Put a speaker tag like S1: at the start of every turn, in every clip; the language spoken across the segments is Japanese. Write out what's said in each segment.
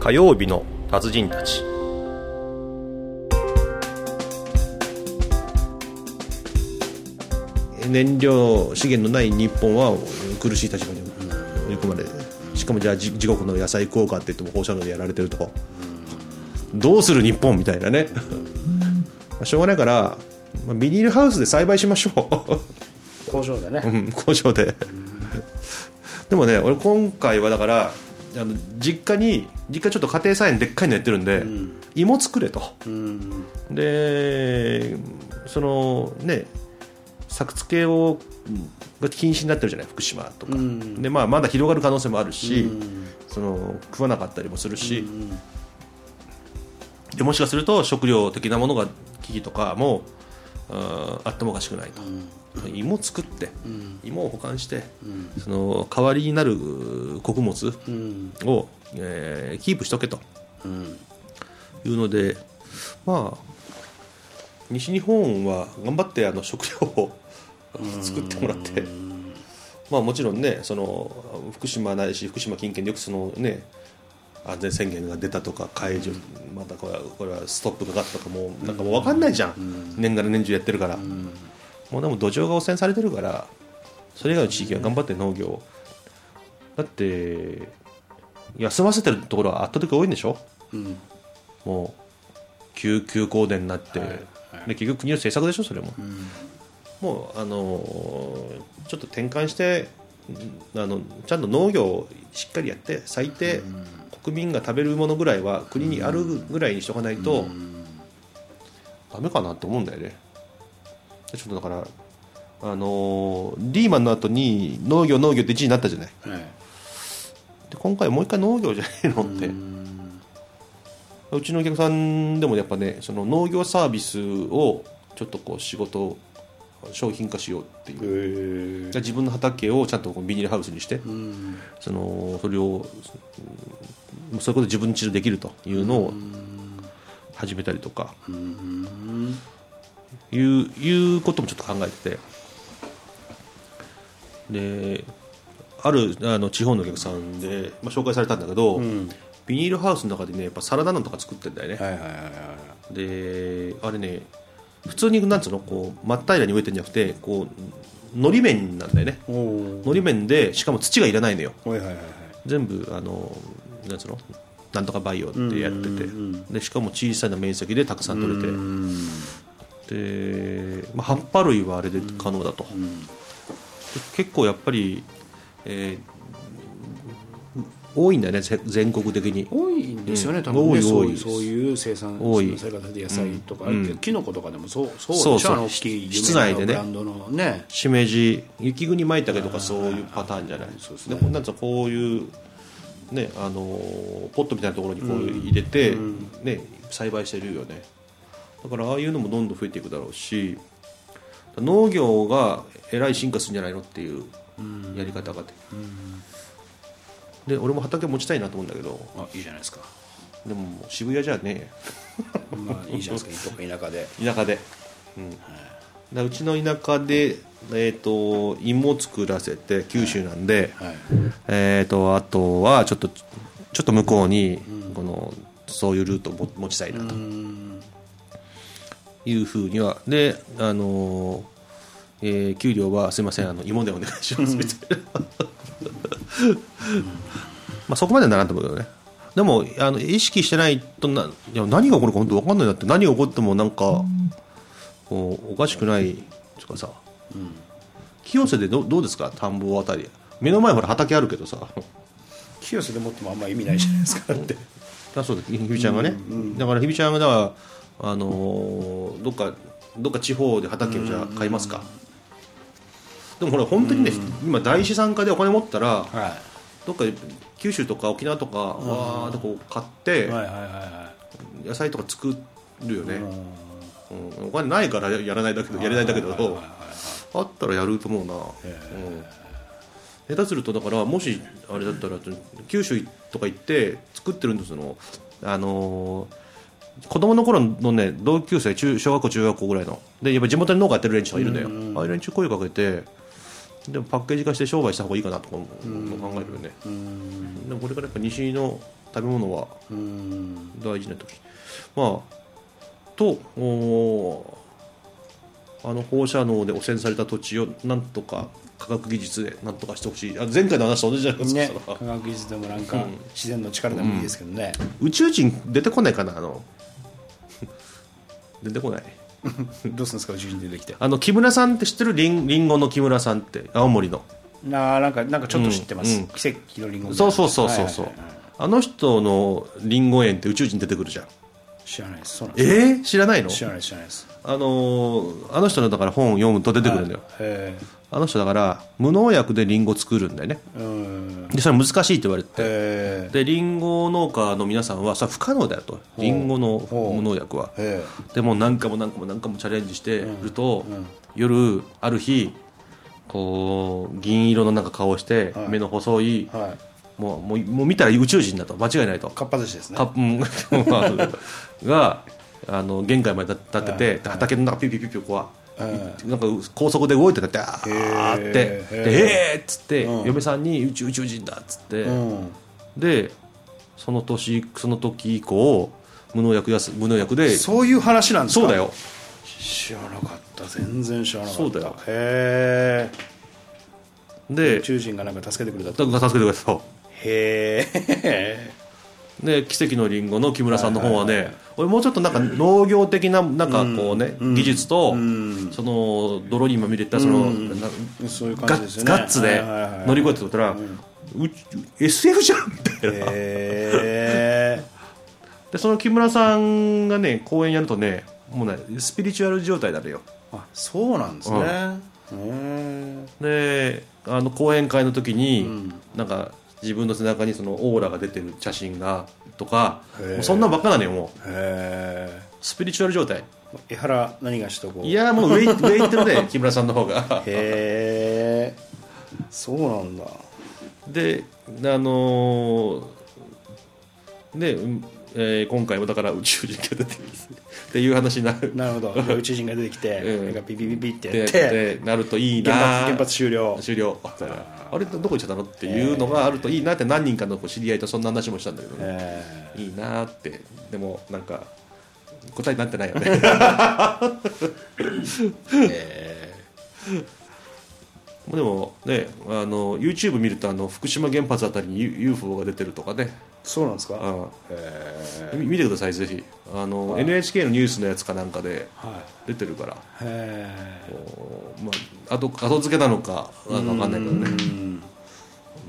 S1: 火曜日の達人たち
S2: 燃料資源のない日本は苦しい立場に追い込まれてしかもじゃあじ地獄の野菜効果って言っても放射能でやられてるとどうする日本みたいなねまあしょうがないから、まあ、ビニールハウスで栽培しましょ
S3: 工場で
S2: う、う
S3: ね、
S2: ん、工場ででもね俺今回はだからあの実家に実家ちょっと家庭菜園でっかいのやってるんで、芋作れと。
S3: うん、
S2: でそのね作付けをが禁止になってるじゃない福島とか、
S3: ん
S2: でまあ、まだ広がる可能性もあるし、
S3: うん
S2: その食わなかったりもするし、でもしかすると食料的なものが危機とかもあーあってもおかしくないと、芋作って、芋を保管して、その代わりになる穀物
S3: うん、
S2: を、えーキープしとけと。
S3: うん、
S2: いうのでまあ西日本は頑張ってあの食料を作ってもらってまあもちろんねその福島ないし福島近県でよくそのね安全宣言が出たとか解除、またこれはこれはストップかかったとかもうなんかもう分かんないじゃん、年がら年中やってるから、もうでも土壌が汚染されてるからそれ以外の地域は頑張って農業をだって休ませてるところは圧倒的に多いんでしょ
S3: うん、
S2: もう救急高電になって、で結局国の政策でしょそれも、もうあのーちょっと転換してうんあのちゃんと農業をしっかりやって最低、国民が食べるものぐらいは国にあるぐらいにしとかないと、ダメかなって思うんだよねちょっとだからあのーリーマンの後に農業農業って字になったじゃない
S3: はい、
S2: で今回もう一回農業じゃないのってうちのお客さんでもやっぱねその農業サービスをちょっとこう仕事を商品化しようっていう
S3: え
S2: じゃあ自分の畑をちゃんとこうビニールハウスにして
S3: うん、
S2: そのそれをうんそういうこと自分ちでできるというのを始めたりとか
S3: うん、
S2: いういうこともちょっと考えててであるあの地方のお客さんで、まあ、紹介されたんだけど、ビニールハウスの中でねやっぱサラダなんとか作ってんだよね、
S3: はいはいはいは
S2: であれね普通になんつうのこう真っ平らに植えてんじゃなくてこうのり面なんだよね
S3: い、おお、
S2: のり面でしかも土がいらないのよ
S3: はいはいはいはい、
S2: 全部あのなんつうのなんとか培養ってやっててでしかも小さな面積でたくさん取れて
S3: うん、
S2: で、まあ、葉っぱ類はあれで可能だと、で結構やっぱり、えー多いんだよねぜ全国的に
S3: 多いんですよね、多分
S2: 多
S3: ね、
S2: い
S3: そう
S2: 多
S3: い
S2: いう
S3: そういう生産
S2: 多い
S3: され方で野菜とか、キノコとかでもそうそう
S2: そう
S3: でし
S2: そう
S3: ょあの大きい
S2: 室内でね
S3: ブランドのね、
S2: しめじ雪国舞茸とかそういうパターンじゃない
S3: そうです
S2: で
S3: ね
S2: こんなんつうのこういう、ねあのーポットみたいなところにこう入れて、ね、栽培してるよねだからああいうのもどんどん増えていくだろうし農業がえらい進化するんじゃないのっていうやり方があってで俺も畑持ちたいなと思うんだけど
S3: あいいじゃないですか、
S2: でももう渋谷じゃね
S3: まあいいじゃないですか、どっか田舎で、
S2: 田舎で、うんだからうちの田舎で、えー、と芋作らせて九州なんで、
S3: はい、
S2: えー、とあとはちょっとちょっと向こうにこの、そういうルートを持持ちたいなというふうにはであのーえー給料はすいませんあの芋でお願いしますみたいな、 まあそこまではならんと思うけどねでもあの意識してないとないや何が起こるか本当分かんないなって何が起こってもなんか、こうおかしくないとかさ、清瀬でどどうですか田んぼあたり目の前ほら畑あるけどさ
S3: 清瀬で持ってもあんま意味ないじゃないですかだって、
S2: だそうだひびちゃんがね、だからひびちゃんがだからあのーどっかどっか地方で畑をじゃあ買いますか、でもほら本当にね、今大資産家でお金持ったら、
S3: は
S2: どっか九州とか沖縄とかわーっとこう買って、
S3: い、はいはいはいは
S2: 野菜とか作るよね、うんお金ないからややらないだけどやれないだけどあったらやると思うな、うん下手するとだからもしあれだったら九州とか行って作ってるんですのあのー子供の頃のね同級生中小学校中学校ぐらいのでやっぱ地元に農家やってる連中がいるんだよ、ああいう連中声かけてでもパッケージ化して商売した方がいいかなとかも考えるよね、
S3: うん
S2: でもこれからやっぱ西の食べ物は
S3: うん
S2: 大事な時まあとおーあの放射能で汚染された土地をなんとか科学技術でなんとかしてほしいあ前回の話と同じじゃないですか、
S3: ね
S2: その
S3: 科学技術でもなんか自然の力でもいいですけどね、
S2: 宇宙人出てこないかなあの 出てこない
S3: どうするんですか宇宙人出てきて
S2: あの木村さんって知ってるリンリンゴの木村さんって青森の
S3: なあなんかなんかちょっと知ってます、
S2: うんうん
S3: 奇跡のリンゴみたい
S2: そう
S3: な
S2: そうそうそうそう
S3: はいはいはいは
S2: あの人のリンゴ園って宇宙人出てくるじゃん
S3: い知らないですそうなん
S2: え
S3: です
S2: ー、知らないの
S3: 知らないです知らないです
S2: あのーあの人のだから本を読むと出てくるんだよ、
S3: へ
S2: あの人だから無農薬でリンゴ作るんだよね
S3: えうん
S2: でそれ難しいって言われて
S3: へ
S2: でリンゴ農家の皆さんはそれは不可能だよとリンゴの
S3: う
S2: 無農薬は
S3: えへ
S2: でもう何回も何回も何回もチャレンジしてると、夜ある日こう銀色のなんか顔をして、目の細い、
S3: えはい
S2: もうもうもう見たら宇宙人だと間違いないと
S3: かっぱ寿司ですね
S2: カップ うんがあの玄関まで立ってて、で畑の中ピュピュピュピュこう、なんか高速で動いてたってあーってで
S3: へー
S2: えーっつって、嫁さんに宇宙宇宙人だっつって、
S3: うん
S2: でその年その時以降無農薬やす無農薬でそ
S3: そういう話なんですか
S2: うだよ
S3: 知らなかった全然知らなかった
S2: そうだよ
S3: へえ
S2: で
S3: 宇宙人がなんか助けてくれたと
S2: だから助けてくれたと
S3: へえ
S2: で「奇跡のりんご」の木村さんの本はね、俺もうちょっとなんか農業的ななんかこうね、技術と、その泥にまみれたその、な
S3: そういう
S2: ガ
S3: 感じです
S2: ッ
S3: よね
S2: ガッツで
S3: はいはいはい
S2: 乗り越えてたら、う SF じゃんみたいな
S3: へえ
S2: でその木村さんがね講演やるとねもうねスピリチュアル状態になるよ
S3: あそうなんですねへ
S2: であの講演会の時に、なんか自分の背中にそのオーラが出てる写真がとか
S3: へー
S2: もうそんなばっかなのよもう
S3: えへ
S2: スピリチュアル状態
S3: え江原何がしとこう
S2: いやーもう上い上行ってるね 木村さんの方が
S3: へえそうなんだ
S2: であのーで、うんえー今回もだから宇宙人が出てくるっていう話になる
S3: なるほ ど宇宙人が出てきて
S2: うん
S3: なんかビビビビってや
S2: で
S3: って
S2: でなるといい
S3: 原
S2: な
S3: 発原発終了
S2: 終了みたいなあれどこ行っちゃったのっていうのがあるといいなって何人かのこう知り合いとそんな話もしたんだけどね
S3: へ
S2: いいなってでもなんか答えになってないよね
S3: え
S2: でもねあの YouTube 見るとあの福島原発あたりに U- UFO が出てるとかね
S3: そうなんですか
S2: あ
S3: へ
S2: み見てくださいぜひあの NHK のニュースのやつかなんかで
S3: ーはい
S2: 出てるから
S3: へえ
S2: こうまあ後後付けなのかなんか分かんないけどね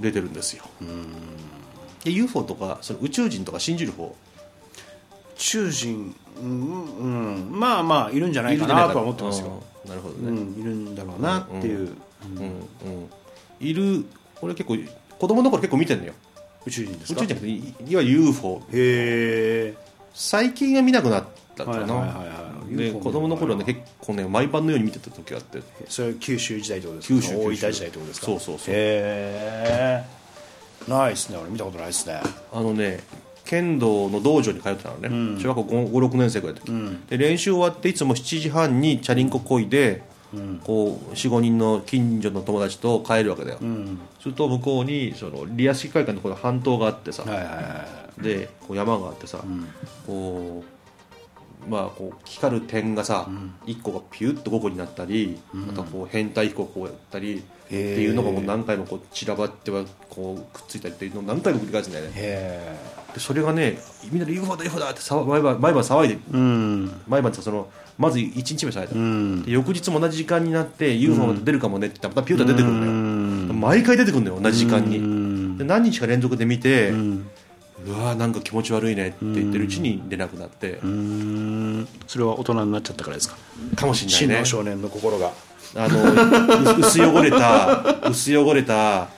S2: 出てるんですよで UFO とかその宇宙人とか信じる方
S3: 宇宙人うん、うん、まあまあいるんじゃないかなとは思ってますよ、
S2: うんなるほどね
S3: うん、いるんだろうなっていう、
S2: うんうんいる俺結構子供の頃結構見てんのよ
S3: 宇宙人で
S2: 宇
S3: す
S2: 宙
S3: か
S2: 人じゃなくていいわゆる UFO
S3: へえ
S2: 最近は見なくなったか
S3: はいはい
S2: な
S3: はいはい
S2: で
S3: UFO
S2: 子供の頃はね結構ね毎晩のように見てた時があって
S3: それ九州時代ってことです
S2: 九
S3: か
S2: 州
S3: 大分
S2: 九州
S3: 時代ってことですか
S2: そうそうそう
S3: へえないですね俺見たことないですね
S2: あのね剣道の道場に通ってたのね、小学校56年生ぐらいの時、で練習終わっていつも7時半にチャリンコこいで、こう45人の近所の友達と帰るわけだよ、すると向こうにそのリア式会館のこの半島があってさ、
S3: はいはいは
S2: でこう山があってさ、こうまあこう光る点がさ、一1個がピュッと5個になったり、またこう変態飛行こうやったりって
S3: へー
S2: いうのがもう何回もこう散らばってはこうくっついたりっていうのを何回も繰り返すんだよね
S3: いへえ
S2: でそれがねみんなで UFO だ UFO だって騒毎晩毎晩騒いで
S3: うん
S2: 毎晩ってそのまず1日目騒いだ、
S3: うん
S2: で翌日も同じ時間になって UFO が出るかもねって言ったらまたピューッと出てくるのよ、
S3: ん
S2: 毎回出てくるんだよ同じ時間に、
S3: うん
S2: で何日か連続で見て、う
S3: うん
S2: わーなんか気持ち悪いねって言ってるうちに出なくなって、
S3: うんそれは大人になっちゃったからですか
S2: かもし
S3: 真
S2: んない
S3: の
S2: ね
S3: 少年の心が
S2: あのう薄汚れた 薄汚れた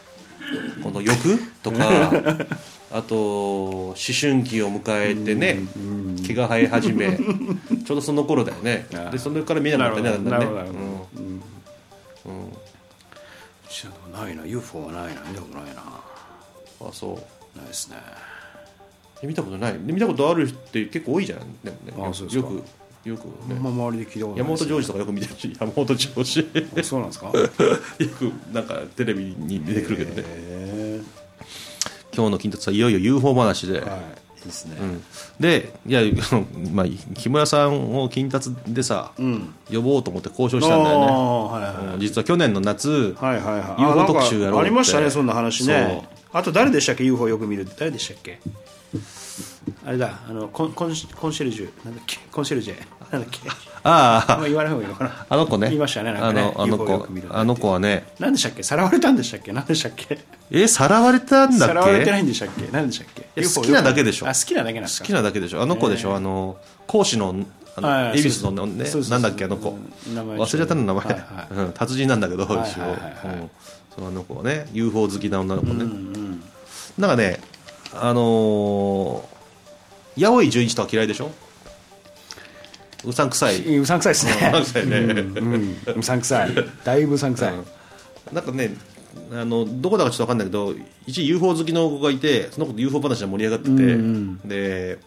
S2: この欲と かあと思春期を迎えてね毛が生え始めちょうどその頃だよね
S3: ああ
S2: でそのから見えなくなったね
S3: な
S2: だ
S3: る
S2: ん
S3: ほど
S2: だ
S3: なる
S2: ん
S3: ほ
S2: ねう
S3: ど
S2: ん
S3: 知らないな UFO はないな見たことないな
S2: あそう
S3: ないですね
S2: え見たことないで見たことある人って結構多いじゃんでもね
S3: あそうです
S2: よ
S3: か
S2: くよくね、
S3: まあ、周りで聞いたことない
S2: 山
S3: です
S2: 本譲二とかよく見てるし 山本譲二よ
S3: あそうなんですか
S2: くなんかテレビに出てくるけどね、
S3: へ
S2: 今日の金達はいよいよ UFO 話で、
S3: えはいいいですね、
S2: でいや、 あのまあ、木村さんを金達でさ、呼ぼうと思って交渉したんだよね
S3: ああー
S2: うん実は去年の夏、
S3: はいはいはいはいあ
S2: UFO
S3: なんか
S2: 特集やろうって
S3: ありましたねそんな話ねあと誰でしたっけ UFO よく見るって誰でしたっけあれだあのコンコンシコンシェルジュなんだっけコンシェルジェなんだっけ
S2: あ
S3: あんま言わない方がいいのかな
S2: ああの子ね
S3: 言いましたねなんかね
S2: あのあの
S3: UFO よく見る
S2: 子
S3: って
S2: あの子はね
S3: 何でしたっけさらわれたんでしたっけ何でしたっけ
S2: えさらわれたんだっ
S3: さ
S2: け
S3: らわれてないんでしたっけ何でしたっけ
S2: や好きなだけでしょ
S3: あ好きなだけなんです
S2: 好
S3: か
S2: きなだけでしょあの子でしょ、あの講師のあの
S3: はいはい
S2: 恵比寿のね
S3: そうそうそう
S2: なんだっけあの子
S3: 名前
S2: 忘れたの名前、
S3: はいは
S2: うん、達人なんだけど、
S3: いはい
S2: 一応、
S3: はいはい
S2: うんそうあの子はね UFO 好きな女の子ね、なんかねあのー、八百井純一とは嫌いでしょうさんくさい
S3: うさんくさいですね
S2: うさんくさいね
S3: うんうんうさんくさいだいぶうさんくさい
S2: なんかねあのどこだかちょっと分かんないけど一 UFO 好きの子がいてその子と UFO 話で盛り上がってて、で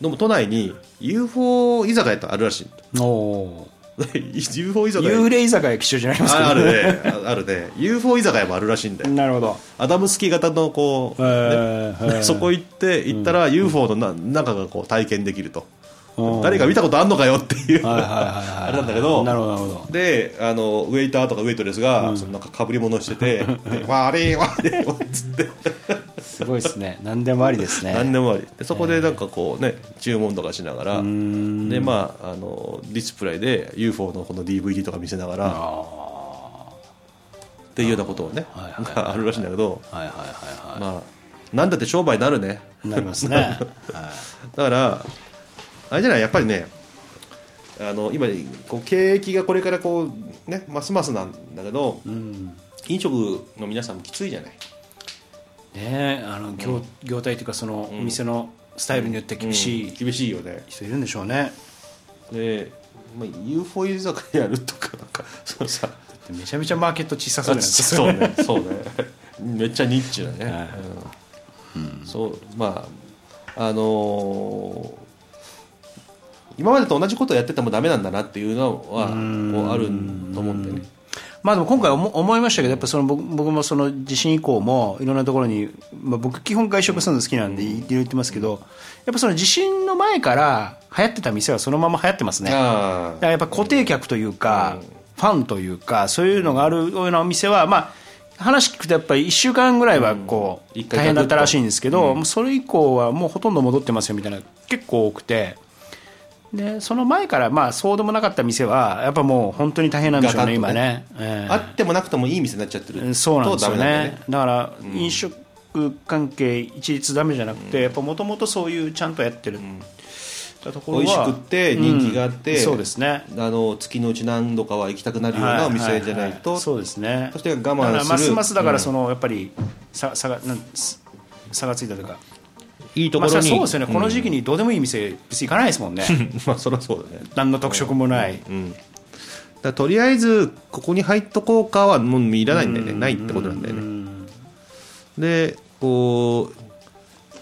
S2: どうも都内に UFO 居酒屋とあるらしい
S3: おお
S2: UFO 居酒
S3: 幽
S2: 屋
S3: 霊居酒屋貴重じゃないますけ
S2: あ
S3: ど
S2: あるねああるね UFO 居酒屋もあるらしいんで
S3: なるほど
S2: アダムスキー型のこう、
S3: へー
S2: ね
S3: へ ー
S2: そこ行って行ったら UFO のな中がこう体験できると
S3: うん
S2: 誰か見たことあんのかよっていう
S3: はいはいはいはい
S2: あれなんだけど
S3: なるほどなるほど
S2: であのウェイターとかウェイトレスが、そのなんかかぶり物して て「悪い悪い」っつって
S3: すごいですね何でもありですね
S2: 何でもありでそこでなんかこうね注文とかしながらでまああのディスプレイで UFO のこの DVD とか見せながらっていうようなことをね
S3: はいはい
S2: があるらしいんだけど
S3: はいはいはいは
S2: まあなんだって商売になるね
S3: いなりますねはい
S2: だからあれじゃないやっぱりねあの今こう景気がこれからこうねますますなんだけど、飲食の皆さんもきついじゃない
S3: ねえあの業業態というかそのお店のスタイルによって厳しい
S2: 厳しいよね
S3: 人いるんでしょうね
S2: で、まあ、UFO 居酒屋やるとかなんかそのさ
S3: めちゃめちゃマーケット小さそうじゃないですか
S2: そうねそうねめっちゃニッチなね、
S3: はい
S2: うんそうまああのー今までと同じことをやっててもダメなんだなっていうのはこうあると思うんでね
S3: まあでも今回思思いましたけど、やっぱその僕僕もその地震以降もいろんなところに、まあ、僕、基本外食するの好きなんで、いろいろ言ってますけど、やっぱその地震の前から流行ってた店はそのまま流行ってますね。だか
S2: ああ
S3: らやっぱ固定客というか、ファンというか、そういうのがあるようなお店は、まあ、話聞くとやっぱり1週間ぐらいはこう、
S2: 一回
S3: 大変だったらしいんですけど、もうそれ以降はもうほとんど戻ってますよみたいな、結構多くて。でその前から、まあ、そうでもなかった店は、やっぱもう本当に大変なんでしょうね、
S2: ガタッ
S3: 今
S2: とね
S3: ね。ええ
S2: あってもなくてもいい店になっちゃってると
S3: そうなんです
S2: ダ
S3: よ
S2: メ
S3: ね
S2: な
S3: だ
S2: んだよね
S3: から飲食関係一律ダメじゃなくて、やっぱもともとそういうちゃんとやってる、たところ
S2: 美味し
S3: は
S2: くって人気があって、
S3: うんそうですね
S2: あの月のうち何度かは行きたくなるようなお店じゃない
S3: ははは
S2: と
S3: そうですね
S2: そして我慢する
S3: だからますますだからその、やっぱりさ差がなんす差がついたというか
S2: いいとこ
S3: まあそ
S2: ろ
S3: りゃ
S2: に
S3: そうですよね、この時期にどうでもいい店別に行かないですもんね
S2: まあそりゃそうだね
S3: 何の特色もない、
S2: だからとりあえずここに入っとこうかはもういらないんだよねないってことなんだよねでこ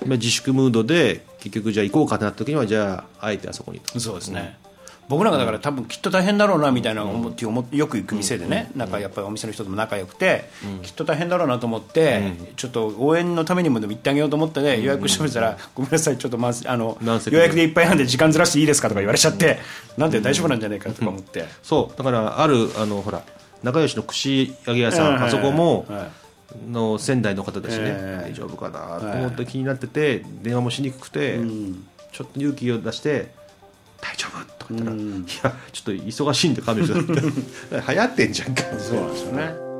S2: うまあ自粛ムードで結局じゃあ行こうかってなった時にはじゃああえてあそこにと
S3: そうですね、僕なんかだから多分きっと大変だろうなみたいな思って思ってよく行く店でね、なんかやっぱりお店の人とも仲良くて、きっと大変だろうなと思って、ちょっと応援のためにもでも行ってあげようと思ってね、予約してみたら、ごめんなさいちょっと満席あの
S2: 満席
S3: 予約でいっぱいなんで時間ずらしていいですかとか言われちゃって、なんで大丈夫なんじゃないかとか思って、
S2: そうだからあるあのほら仲良しの串揚げ屋さ
S3: うん
S2: んあそこも
S3: は
S2: の仙台の方だしね
S3: ええ
S2: 大丈夫かなと思って気になってて電話もしにくくてちょっと勇気を出して大丈夫 とか言ったらいやちょっと忙しいんで勘弁して流行ってんじゃんか
S3: そうなんですよね。